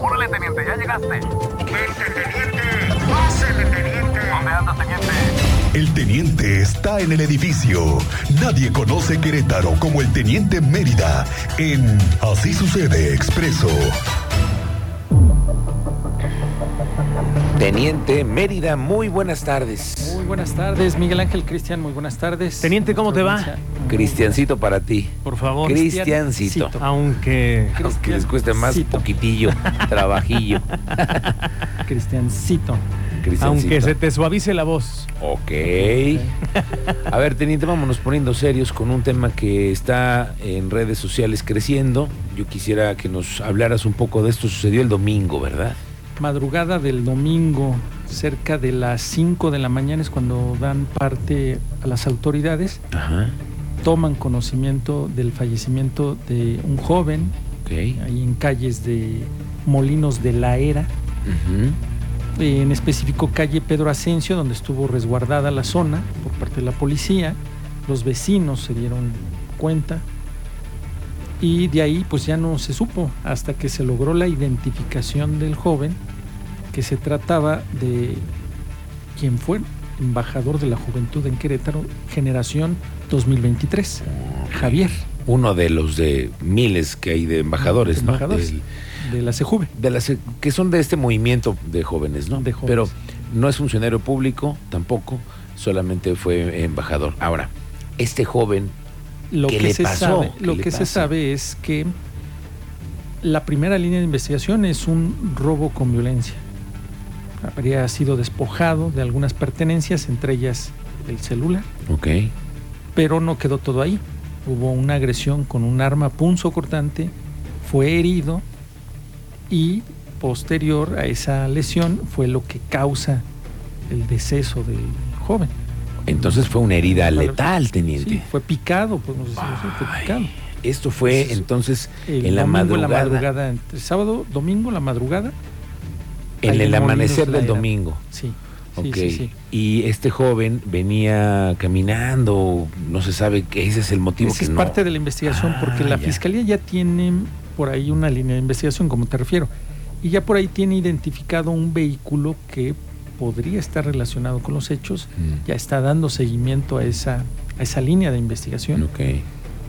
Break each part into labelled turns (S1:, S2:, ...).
S1: Ole, teniente, ya llegaste.
S2: ¡Vente, teniente! ¡Pásele, teniente!
S1: ¿Dónde andas, teniente?
S3: El teniente está en el edificio. Nadie conoce Querétaro como el teniente Mérida en Así sucede expreso.
S4: Teniente Mérida, muy buenas tardes.
S5: Muy buenas tardes, Miguel Ángel Cristian, muy buenas tardes.
S6: Teniente, ¿cómo te va?
S5: Provincia.
S4: Cristiancito para ti.
S6: Por favor.
S5: Cris-
S4: Cristiancito.
S5: Cristiancito.
S6: Aunque.
S4: Aunque les cueste más
S5: Cristiancito.
S4: poquitillo, trabajillo.
S5: Cristiancito.
S4: Cristiancito.
S6: Aunque se te suavice la voz.
S4: Ok. A ver, teniente, vámonos poniendo serios con un tema que está en redes sociales creciendo. Yo quisiera que nos hablaras un poco de esto. Sucedió el domingo, ¿verdad?
S5: Madrugada del domingo, cerca de las 5 de la mañana es cuando dan parte a las autoridades,
S4: Ajá.
S5: toman conocimiento del fallecimiento de un joven
S4: Ok.
S5: ahí en calles de Molinos de la Era,
S4: Ujú.
S5: en específico calle Pedro Asensio, donde estuvo resguardada la zona por parte de la policía. Los vecinos se dieron cuenta y de ahí pues ya no se supo hasta que se logró la identificación del joven que se trataba de quien fue embajador de la juventud en Querétaro, generación 2023, Javier
S4: Uno de los de miles que hay de embajadores,
S5: De
S4: ¿no?
S5: embajadores.
S4: Del-
S5: de la CEJUVE.
S4: de las que son de este movimiento de jóvenes, ¿no?
S5: De jóvenes.
S4: Pero no es funcionario público tampoco, solamente fue embajador. Ahora, este joven,
S5: Lo
S4: ¿Qué
S5: que
S4: le
S5: se
S4: pasó?
S5: sabe,
S4: ¿Qué
S5: lo
S4: le
S5: que se
S4: pasa?
S5: sabe es que la primera línea de investigación es un robo con violencia. Habría sido despojado de algunas pertenencias, entre ellas el celular,
S4: ok,
S5: pero no quedó todo ahí. Hubo una agresión con un arma punzo cortante, fue herido y posterior a esa lesión fue lo que causa el deceso del joven.
S4: entonces fue una herida
S5: Vale.
S4: letal,
S5: Sí,
S4: teniente.
S5: fue picado, podemos decirlo así, fue
S4: Ay,
S5: picado.
S4: Esto fue
S5: Entonces,
S4: entonces
S5: El
S4: en la
S5: domingo en
S4: madrugada,
S5: la madrugada, entre sábado, domingo, la madrugada.
S4: en
S5: ahí
S4: el
S5: en
S4: amanecer
S5: Molinos de la
S4: del
S5: Era.
S4: domingo.
S5: Sí. sí,
S4: Ok,
S5: sí, sí.
S4: y este joven venía caminando, no se sabe que ese es el motivo
S5: Esa
S4: que
S5: es
S4: no.
S5: parte de la investigación,
S4: Ah,
S5: porque la
S4: ya.
S5: fiscalía ya tiene por ahí una línea de investigación, como te refiero, y ya por ahí tiene identificado un vehículo que podría estar relacionado con los hechos.
S4: Mm,
S5: Ya está dando seguimiento a esa, a esa línea de investigación.
S4: Mm, ok.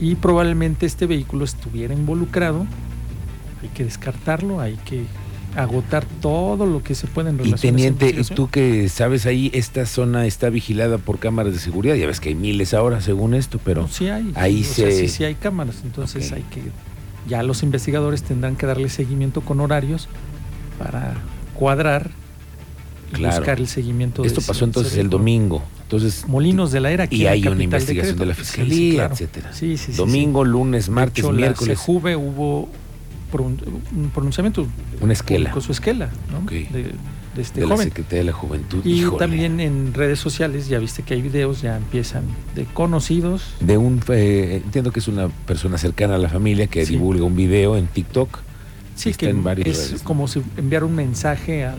S5: y probablemente este vehículo estuviera involucrado. Hay que descartarlo, hay que agotar todo lo que se pueda en
S4: Y
S5: relación a esa
S4: teniente, y
S5: investigación.
S4: tú que sabes ahí, esta zona está vigilada por cámaras de seguridad, ya ves que hay miles ahora según esto, pero...
S5: No, sí hay,
S4: ahí
S5: sí, o sea,
S4: se-
S5: sí, sí hay cámaras, entonces
S4: Ok.
S5: hay que ya los investigadores tendrán que darle seguimiento con horarios para cuadrar y
S4: Claro.
S5: buscar el seguimiento. de
S4: esto
S5: ese-
S4: pasó entonces
S5: ese
S4: el
S5: vehículo.
S4: domingo. Entonces,
S5: Molinos de la Era. aquí en
S4: Y
S5: la
S4: hay
S5: capital
S4: una
S5: de
S4: investigación de, la
S5: Querétaro. Sí, sí,
S4: fiscalía,
S5: claro.
S4: etcétera.
S5: Sí, sí, sí, sí.
S4: domingo, lunes,
S5: De
S4: martes,
S5: hecho,
S4: miércoles.
S5: La CEJUVE hubo prun- un pronunciamiento.
S4: Una esquela.
S5: Con su esquela, ¿no?
S4: Ok.
S5: De, de este
S4: de la
S5: joven.
S4: Secretaría de la Juventud.
S5: Y
S4: híjole.
S5: también en redes sociales, ya viste que hay videos, ya empiezan de conocidos.
S4: De un, eh, entiendo que es una persona cercana a la familia que
S5: Sí.
S4: divulga un video en TikTok
S5: Sí,
S4: Está
S5: que
S4: en varios
S5: es
S4: lugares, ¿no?
S5: como si enviar un mensaje al,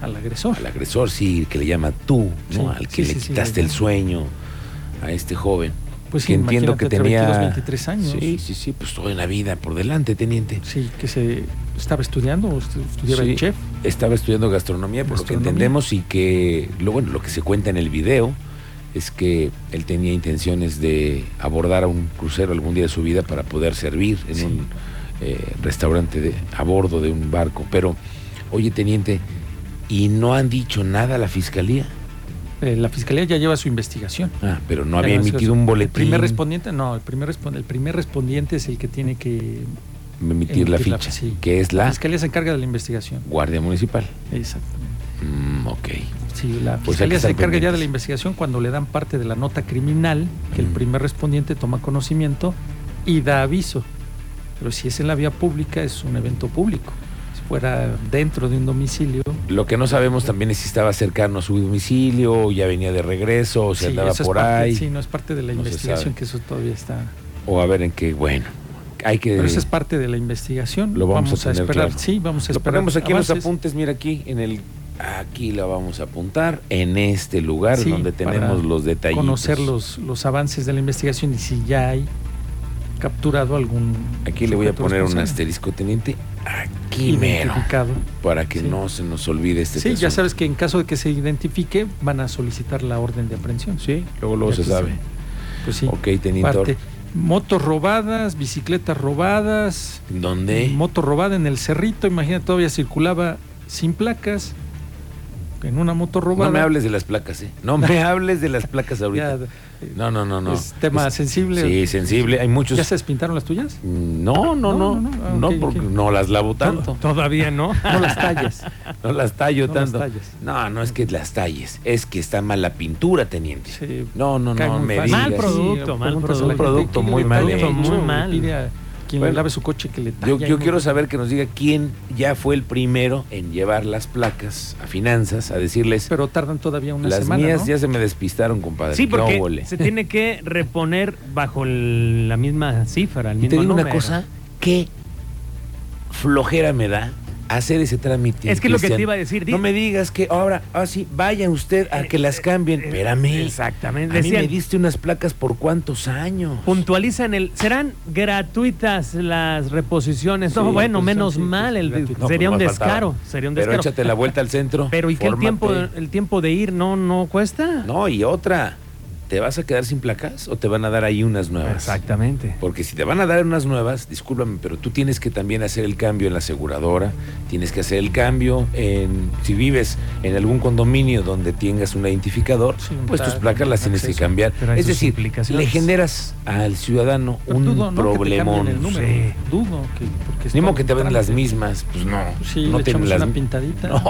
S5: al agresor.
S4: al agresor, sí, que le llama tú,
S5: Sí,
S4: ¿no? al que
S5: sí,
S4: le
S5: sí, sí,
S4: quitaste
S5: le-
S4: el sueño a este joven.
S5: Pues
S4: que entiendo que
S5: imagínate, entre
S4: tenía
S5: 22, 23 años.
S4: Sí, sí, sí, pues toda la vida por delante, teniente.
S5: Sí, que se estaba estudiando, o estu- estudiaba
S4: Sí.
S5: el chef.
S4: Estaba estudiando gastronomía, por lo que
S5: Gastronomía.
S4: entendemos y que lo bueno, lo que se cuenta en el video es que él tenía intenciones de abordar a un crucero algún día de su vida para poder servir en
S5: Sí.
S4: un eh, restaurante de, a bordo de un barco. Pero, oye, teniente, ¿y no han dicho nada a la fiscalía?
S5: Eh, la fiscalía ya lleva su investigación.
S4: Ah, pero no
S5: Ya
S4: había
S5: lleva su-
S4: emitido un boletín.
S5: El primer respondiente, no, el primer, respon- el primer respondiente es el que tiene que.
S4: emitir la
S5: emitir
S4: ficha,
S5: la- sí.
S4: que es la
S5: La fiscalía se encarga de la investigación.
S4: Guardia Municipal.
S5: Exactamente.
S4: Mm, ok.
S5: Sí,
S4: Pues
S5: la
S4: hay que
S5: fiscalía
S4: estar
S5: se encarga ya de
S4: pendientes. Mm.
S5: la investigación cuando le dan parte de la nota criminal que el
S4: Ujú.
S5: primer respondiente toma conocimiento y da aviso. Pero si es en la vía pública, es un evento público. Si fuera dentro de un domicilio,
S4: Lo que no sabemos también es si estaba cercano a su domicilio, o ya venía de regreso, o si
S5: sí,
S4: andaba
S5: eso es
S4: por
S5: parte-
S4: ahí,
S5: sí, no es parte de la
S4: No se
S5: investigación,
S4: sabe.
S5: que eso todavía está.
S4: o a ver en qué, bueno, hay que...
S5: Pero eso es parte de la investigación.
S4: Lo vamos a tener
S5: esperar.
S4: claro.
S5: Sí, vamos a
S4: lo
S5: esperar.
S4: ponemos aquí en los
S5: avances.
S4: apuntes, mira aquí, en el... Aquí la vamos a apuntar, en este lugar
S5: Sí,
S4: donde
S5: para
S4: tenemos los detallitos.
S5: Conocer los, los avances de la investigación y si ya hay capturado algún.
S4: Aquí le voy a
S5: sujeto
S4: poner un este,
S5: responsable.
S4: asterisco, teniente. aquí mero,
S5: identificado.
S4: para que
S5: Sí.
S4: no se nos olvide este
S5: Sí, ya
S4: asunto.
S5: sabes que en caso de que se identifique, van a solicitar la orden de aprehensión.
S4: Sí, luego, luego
S5: Ya
S4: se
S5: que
S4: sabe.
S5: Pues sí.
S4: Ok, Tenitor.
S5: Parte. Motos robadas, bicicletas robadas,
S4: ¿Dónde?
S5: moto robada en el cerrito, imagínate, todavía circulaba sin placas, en una moto robada.
S4: No me hables de las placas, ¿eh? No me hables de las placas
S5: Ya,
S4: ahorita.
S5: eh,
S4: No, no, no, no.
S5: Es tema sensible.
S4: Sí, sensible. Hay muchos.
S5: ¿Ya se despintaron las tuyas?
S4: No, no, no. No,
S5: No, no, no. Ah, ok,
S4: porque
S5: ok.
S4: no las lavo tanto.
S6: Todavía no.
S5: No las tallas.
S4: No las tallo
S5: No las
S4: tanto.
S5: talles.
S4: No, no es que las talles. Es que está mal la pintura, teniente.
S5: Sí,
S4: No, no,
S5: cae
S4: no.
S5: muy
S4: Me
S5: fácil.
S4: digas.
S6: Mal producto, mal
S5: pregúntaselo a la
S4: producto. Producto
S5: gente, ¿quién
S4: muy
S5: le
S4: mal
S5: talla?
S4: hecho,
S6: muy
S5: Le
S6: mal.
S5: pide a Quien
S4: Bueno,
S5: le lave su coche que le talla.
S4: Yo,
S5: y
S4: yo
S5: no-
S4: quiero saber que nos diga quién ya fue el primero en llevar las placas a finanzas, a decirles.
S5: Pero tardan todavía una
S4: las
S5: semana,
S4: mías
S5: ¿no?
S4: ya se me despistaron, compadre.
S6: Sí,
S4: No,
S6: porque
S4: vole.
S6: se tiene que reponer bajo el- la misma cifra, el
S4: Y
S6: mismo
S4: te digo una
S6: número.
S4: cosa, qué flojera me da hacer ese trámite.
S6: Es que lo que
S4: Cristian.
S6: te iba a decir, di-
S4: No me digas que ahora, ah, sí, vaya usted a que las cambien.
S6: Eh,
S4: Espérame.
S6: Exactamente.
S4: A mí me
S6: Decían,
S4: diste unas placas por cuántos años.
S6: puntualizan el. ¿Serán gratuitas las reposiciones?
S4: Sí,
S6: no, bueno,
S5: pues,
S6: menos
S5: sí, sí,
S6: mal.
S5: sí,
S6: el-
S5: gratuito.
S4: No,
S6: sería,
S4: pues,
S6: un
S4: más faltaba.
S6: descaro, sería un
S4: Pero
S6: descaro.
S4: échate la vuelta al centro.
S6: Pero ¿y que el
S4: fórmate.
S6: tiempo, el tiempo de ir no, no cuesta?
S4: No, y otra. ¿Te vas a quedar sin placas o te van a dar ahí unas nuevas?
S6: Exactamente.
S4: Porque si te van a dar unas nuevas, discúlpame, pero tú tienes que también hacer el cambio en la aseguradora, tienes que hacer el cambio en, si vives en algún condominio donde tengas un identificador,
S5: Sí, un
S4: pues tus
S5: tag,
S4: placas las
S5: un
S4: tienes que
S5: acceso.
S4: cambiar.
S6: Trae
S4: Es
S6: sus
S4: decir,
S6: implicaciones.
S4: le generas al ciudadano
S5: Pero
S4: un
S5: dudo, ¿no? que te
S4: problemón.
S5: cambien el número.
S4: Sí.
S5: Dudo que. Porque
S4: Ni
S5: está
S4: modo que te ven las
S5: trámite.
S4: mismas, pues no.
S5: Sí,
S4: no
S5: le
S4: tienen
S5: echamos
S4: las
S5: una
S4: mi-
S5: pintadita.
S4: No,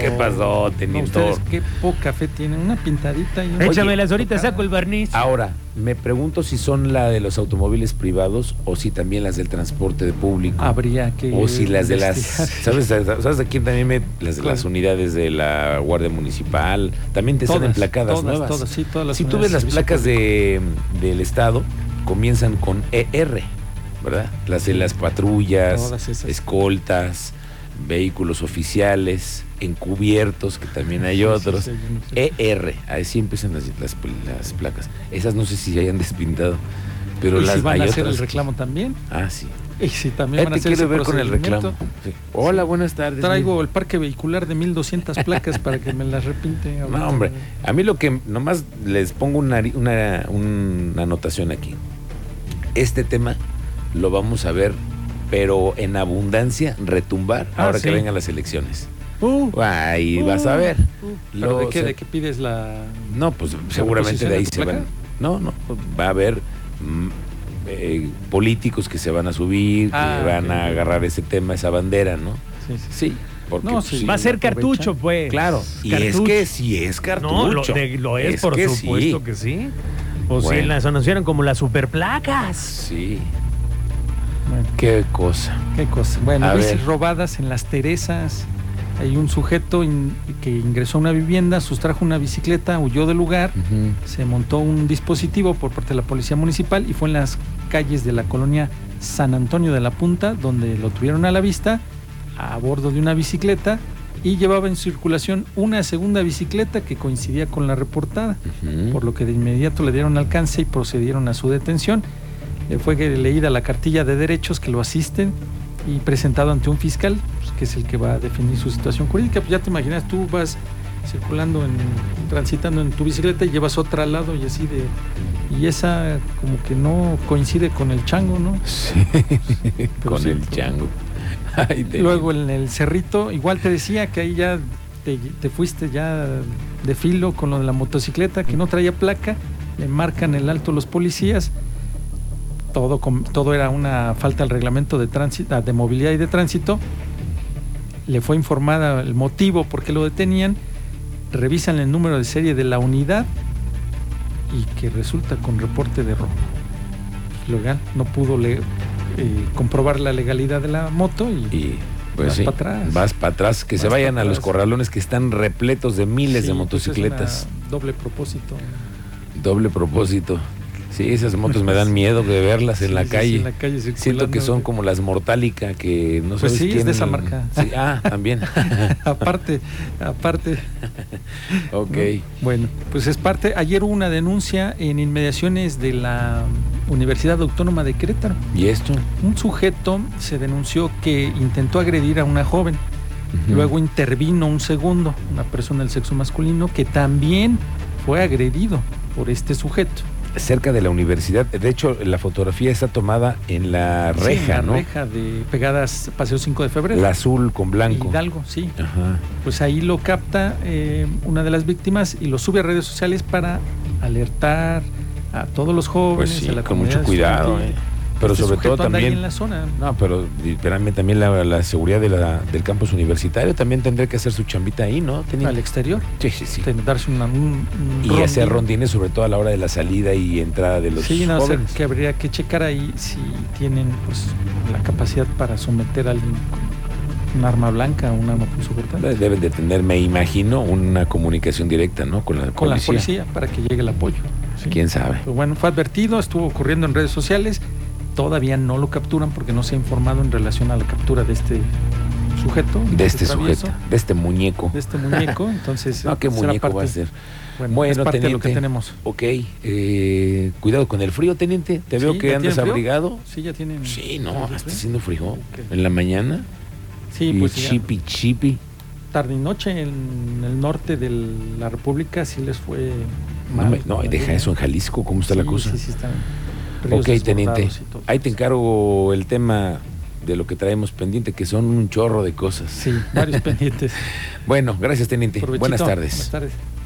S4: ¿qué pasó,
S5: No,
S4: tenitor?
S5: ustedes qué poca fe tienen. Una pintadita y un...
S6: Échamelas ahorita, saco el barniz.
S4: Ahora, me pregunto si son la de los automóviles privados o si también las del transporte de público.
S5: Habría que.
S4: O si las de las.
S5: investigar.
S4: ¿Sabes, sabes a quién también me.? Las de las
S5: Claro.
S4: unidades de la Guardia Municipal. También te están
S5: Todas,
S4: emplacadas
S5: todas,
S4: nuevas.
S5: todas, sí, todas las
S4: si tú
S5: unidades
S4: ves
S5: de
S4: las
S5: servicio
S4: placas de, del Estado, comienzan con ER, ¿verdad? Las de las
S5: Todas
S4: patrullas,
S5: esas.
S4: escoltas, vehículos oficiales, encubiertos, que también hay
S5: Sí, sí,
S4: otros.
S5: sí, hay unos-
S4: ER, ahí sí empiezan las, las, las placas. Esas no sé si se hayan despintado, pero
S5: y
S4: las
S5: si van
S4: hay
S5: a hacer
S4: otras
S5: el
S4: que-
S5: reclamo también.
S4: Ah, sí.
S5: Y si también
S4: Él
S5: van a
S4: te
S5: hacer
S4: quiere
S5: ese
S4: ver con el
S5: procedimiento.
S4: reclamo. Sí. Hola, buenas tardes.
S5: Traigo el parque vehicular de 1200 placas para que me las repinte.
S4: No, hombre, a mí lo que nomás les pongo una, una- una anotación aquí. Este tema lo vamos a ver, pero en abundancia, retumbar
S6: Ah,
S4: ahora
S6: sí.
S4: que vengan las elecciones.
S5: Uh,
S4: Ahí vas a ver.
S5: uh,
S4: Lo-
S5: ¿Pero de qué?
S4: se-
S5: ¿De qué pides la.?
S4: No, pues seguramente de ahí
S5: reposiciones de
S4: se van.
S5: placa?
S4: No, no, va a haber mm, eh, políticos que se van a subir,
S5: Ah,
S4: que van
S5: ok.
S4: a agarrar ese tema, esa bandera, ¿no?
S5: Sí, sí, sí.
S4: Sí, porque
S5: No,
S4: pues,
S5: sí.
S4: sí.
S6: Va a ser
S5: aprovecha.
S6: cartucho, pues.
S4: Claro, y
S6: Cartucho.
S4: es que sí es cartucho.
S6: No, lo, de- lo es, por
S4: que
S6: supuesto
S4: sí.
S6: que sí. O si
S4: Bueno.
S6: las anunciaron como las superplacas.
S4: Sí,
S5: Bueno,
S4: qué cosa.
S5: qué cosa. Bueno,
S4: A
S5: bicis
S4: ver.
S5: robadas en las Teresas. Hay un sujeto in- que ingresó a una vivienda, sustrajo una bicicleta, huyó del lugar. se montó un dispositivo por parte de la policía municipal y fue en las calles de la colonia San Antonio de la Punta donde lo tuvieron a la vista a bordo de una bicicleta y llevaba en circulación una segunda bicicleta que coincidía con la reportada,
S4: Ujú.
S5: por lo que de inmediato le dieron alcance y procedieron a su detención. Le fue leída la cartilla de derechos que lo asisten y presentado ante un fiscal, pues, que es el que va a definir su situación jurídica. Pues ya te imaginas, tú vas circulando, en, transitando en tu bicicleta y llevas otra al lado y así de... Y esa como que no coincide con el chango, ¿no?
S4: Sí,
S5: Pero
S4: con
S5: sí.
S4: el chango. Ay, de-
S5: Luego en el cerrito, igual te decía que ahí ya te, te fuiste ya de filo con lo de la motocicleta que no traía placa, le marcan el alto los policías. Todo, com- todo era una falta al reglamento de tránsito, de movilidad y de tránsito. Le fue informada el motivo por qué lo detenían. Revisan el número de serie de la unidad y que resulta con reporte de robo. Legal, no pudo le- eh, comprobar la legalidad de la moto y
S4: Y pues
S5: Vas
S4: sí,
S5: pa' atrás.
S4: vas para atrás, que se
S5: Vas pa'
S4: vayan a los
S5: atrás.
S4: corralones que están repletos de miles
S5: Sí,
S4: de
S5: pues,
S4: motocicletas.
S5: es una doble propósito.
S4: Doble propósito. Sí, esas motos me dan miedo de verlas en
S5: Sí,
S4: la
S5: sí, sí,
S4: calle.
S5: en la calle
S4: Siento que
S5: circulando.
S4: son como las Mortálica, que no
S5: Pues
S4: sabes
S5: sí, es de
S4: quién-
S5: esa marca.
S4: Sí, ah, también.
S5: aparte, aparte.
S4: ok.
S5: ¿no? Bueno, pues es parte. Ayer hubo una denuncia en inmediaciones de la Universidad Autónoma de Querétaro.
S4: ¿Y esto?
S5: Un sujeto se denunció que intentó agredir a una joven.
S4: Ujú.
S5: Luego intervino un segundo, una persona del sexo masculino, que también fue agredido por este sujeto.
S4: cerca de la universidad. De hecho, la fotografía está tomada en la
S5: Sí,
S4: reja,
S5: la
S4: ¿no?
S5: Reja de pegadas Paseo 5 de febrero.
S4: La azul con blanco.
S5: Hidalgo, sí.
S4: Ajá.
S5: Pues ahí lo capta eh, una de las víctimas y lo sube a redes sociales para alertar a todos los jóvenes.
S4: Pues sí,
S5: a la
S4: con mucho
S5: comunidad
S4: cuidado.
S5: estudiantil.
S4: eh. Pero
S5: Este
S4: sobre todo
S5: sujeto anda ahí
S4: también...
S5: en la zona.
S4: No, pero espérame, también la, la seguridad de la- del campus universitario también tendría que hacer su chambita ahí, ¿no? Tenía-
S5: al exterior.
S4: Sí, sí, sí.
S5: ten- darse una- un, un
S4: Y
S5: rondín.
S4: hacer rondines sobre todo a la hora de la salida y entrada de los
S5: Sí, nada más
S4: jóvenes.
S5: que habría que checar ahí si tienen pues la capacidad para someter a alguien con un arma blanca o un arma punzocortante.
S4: Deben de tener, me imagino, una comunicación directa, ¿no? Con la
S5: Con la
S4: policía.
S5: policía para que llegue el apoyo. ¿sí?
S4: ¿Quién sabe?
S5: Pero Pues bueno, fue advertido, estuvo ocurriendo en redes sociales. Todavía no lo capturan porque no se ha informado en relación a la captura de este sujeto.
S4: De este
S5: travieso,
S4: sujeto, de este muñeco.
S5: De este muñeco. Entonces,
S4: No, qué
S5: será
S4: muñeco va a
S5: parte-
S4: ser.
S5: Bueno,
S4: Bueno,
S5: es parte de lo que
S4: teniente.
S5: tenemos.
S4: Ok, eh, cuidado con el frío, teniente. Te veo
S5: Sí,
S4: que
S5: ¿ya
S4: andas
S5: tienen frío?
S4: abrigado.
S5: Sí, ya tienen.
S4: Sí, no,
S5: ¿Ya
S4: está
S5: tienen?
S4: haciendo frío
S5: Ok.
S4: en la mañana.
S5: Sí,
S4: y
S5: pues ya
S4: chipi, chipi.
S5: tarde y noche en el norte de la República sí les fue
S4: No,
S5: mal.
S4: me- no,
S5: con la
S4: deja
S5: lluvia.
S4: eso en Jalisco, ¿cómo está la
S5: Sí,
S4: cosa?
S5: Sí, sí, están ríos
S4: ok, teniente.
S5: desbordados y todo.
S4: Ahí te encargo el tema de lo que traemos pendiente, que son un chorro de cosas.
S5: Sí, varios pendientes.
S4: Bueno, gracias, teniente.
S5: Provechito.
S4: Buenas tardes.
S5: Buenas tardes.